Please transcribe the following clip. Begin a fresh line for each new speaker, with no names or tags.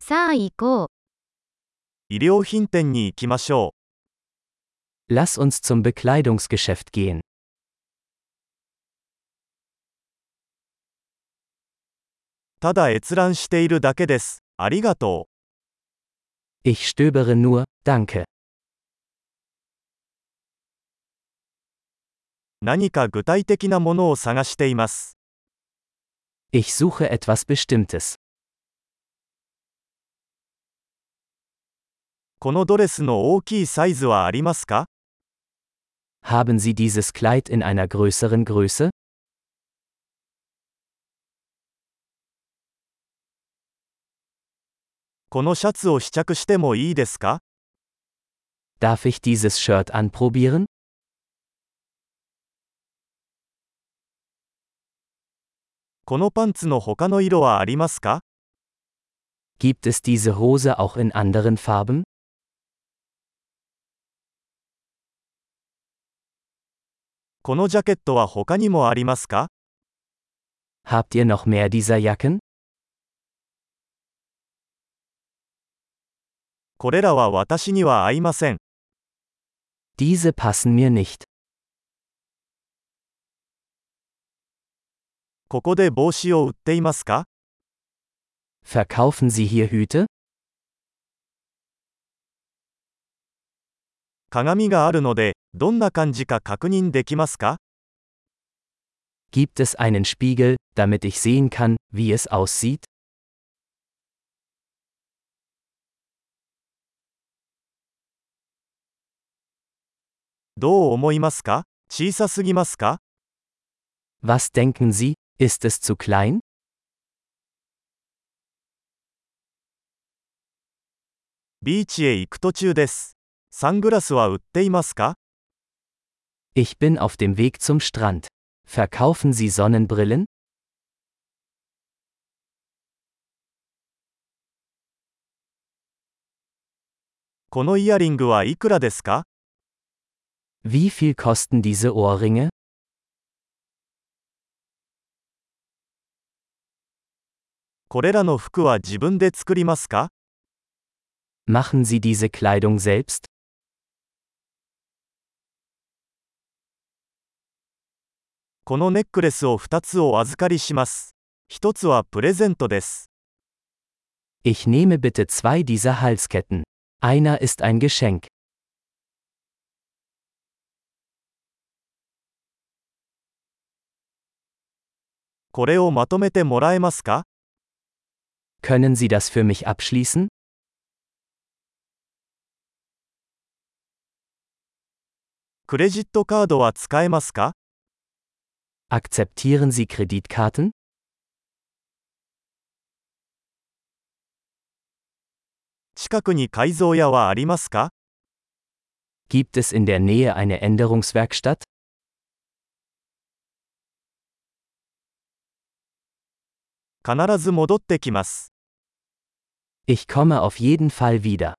さあ行こう。
衣料品店に行きましょ
Lass uns zum Bekleidungsgeschäft gehen.
う。ただ閲覧しているだけです。ありがと
Ich stöbere nur, danke.
う。何か具体的なものを探しています。
Ich suche etwas Bestimmtes.
このドレスの大きいサイズはありますか
Haben Sie dieses Kleid in einer größeren Größe?
このシャツを試着してもいいですか
Darf ich dieses Shirt anprobieren?
このパンツの他の色はありますか
Gibt es diese Hose auch in anderen Farben?
このジャケットは他にもありますか
Habt ihr noch mehr dieser Jacken?
これらは私には合いません。
Diese passen mir nicht.
ここで帽子を売っていますか
Verkaufen Sie hier Hüte?
鏡があるので、どんな感じか確認できますか
Gibt es einen Spiegel, damit ich sehen kann, wie es aussieht?
どう思いますか小さすぎますか
Was denken Sie, ist es zu klein?
ビーチへ行く途中です。サングラスは売っていますか
Ich bin auf dem Weg zum Strand. Verkaufen Sie Sonnenbrillen?
このイヤリングはいくらですか
Wie viel kosten diese Ohrringe?
これらの服は自分で作りますか
Machen Sie diese Kleidung selbst?
このネックレスを2つお預かりします。1つはプレゼントです。
Ich nehme bitte zwei dieser Halsketten. Einer ist ein Geschenk.
これをまとめてもらえますか
Können Sie das für mich abschließen?
クレジットカードは使えますか
Akzeptieren Sie Kreditkarten?
近くに改造屋はありますか
Gibt es in der Nähe eine Änderungswerkstatt?
必ず戻ってきます。
Ich komme auf jeden Fall wieder.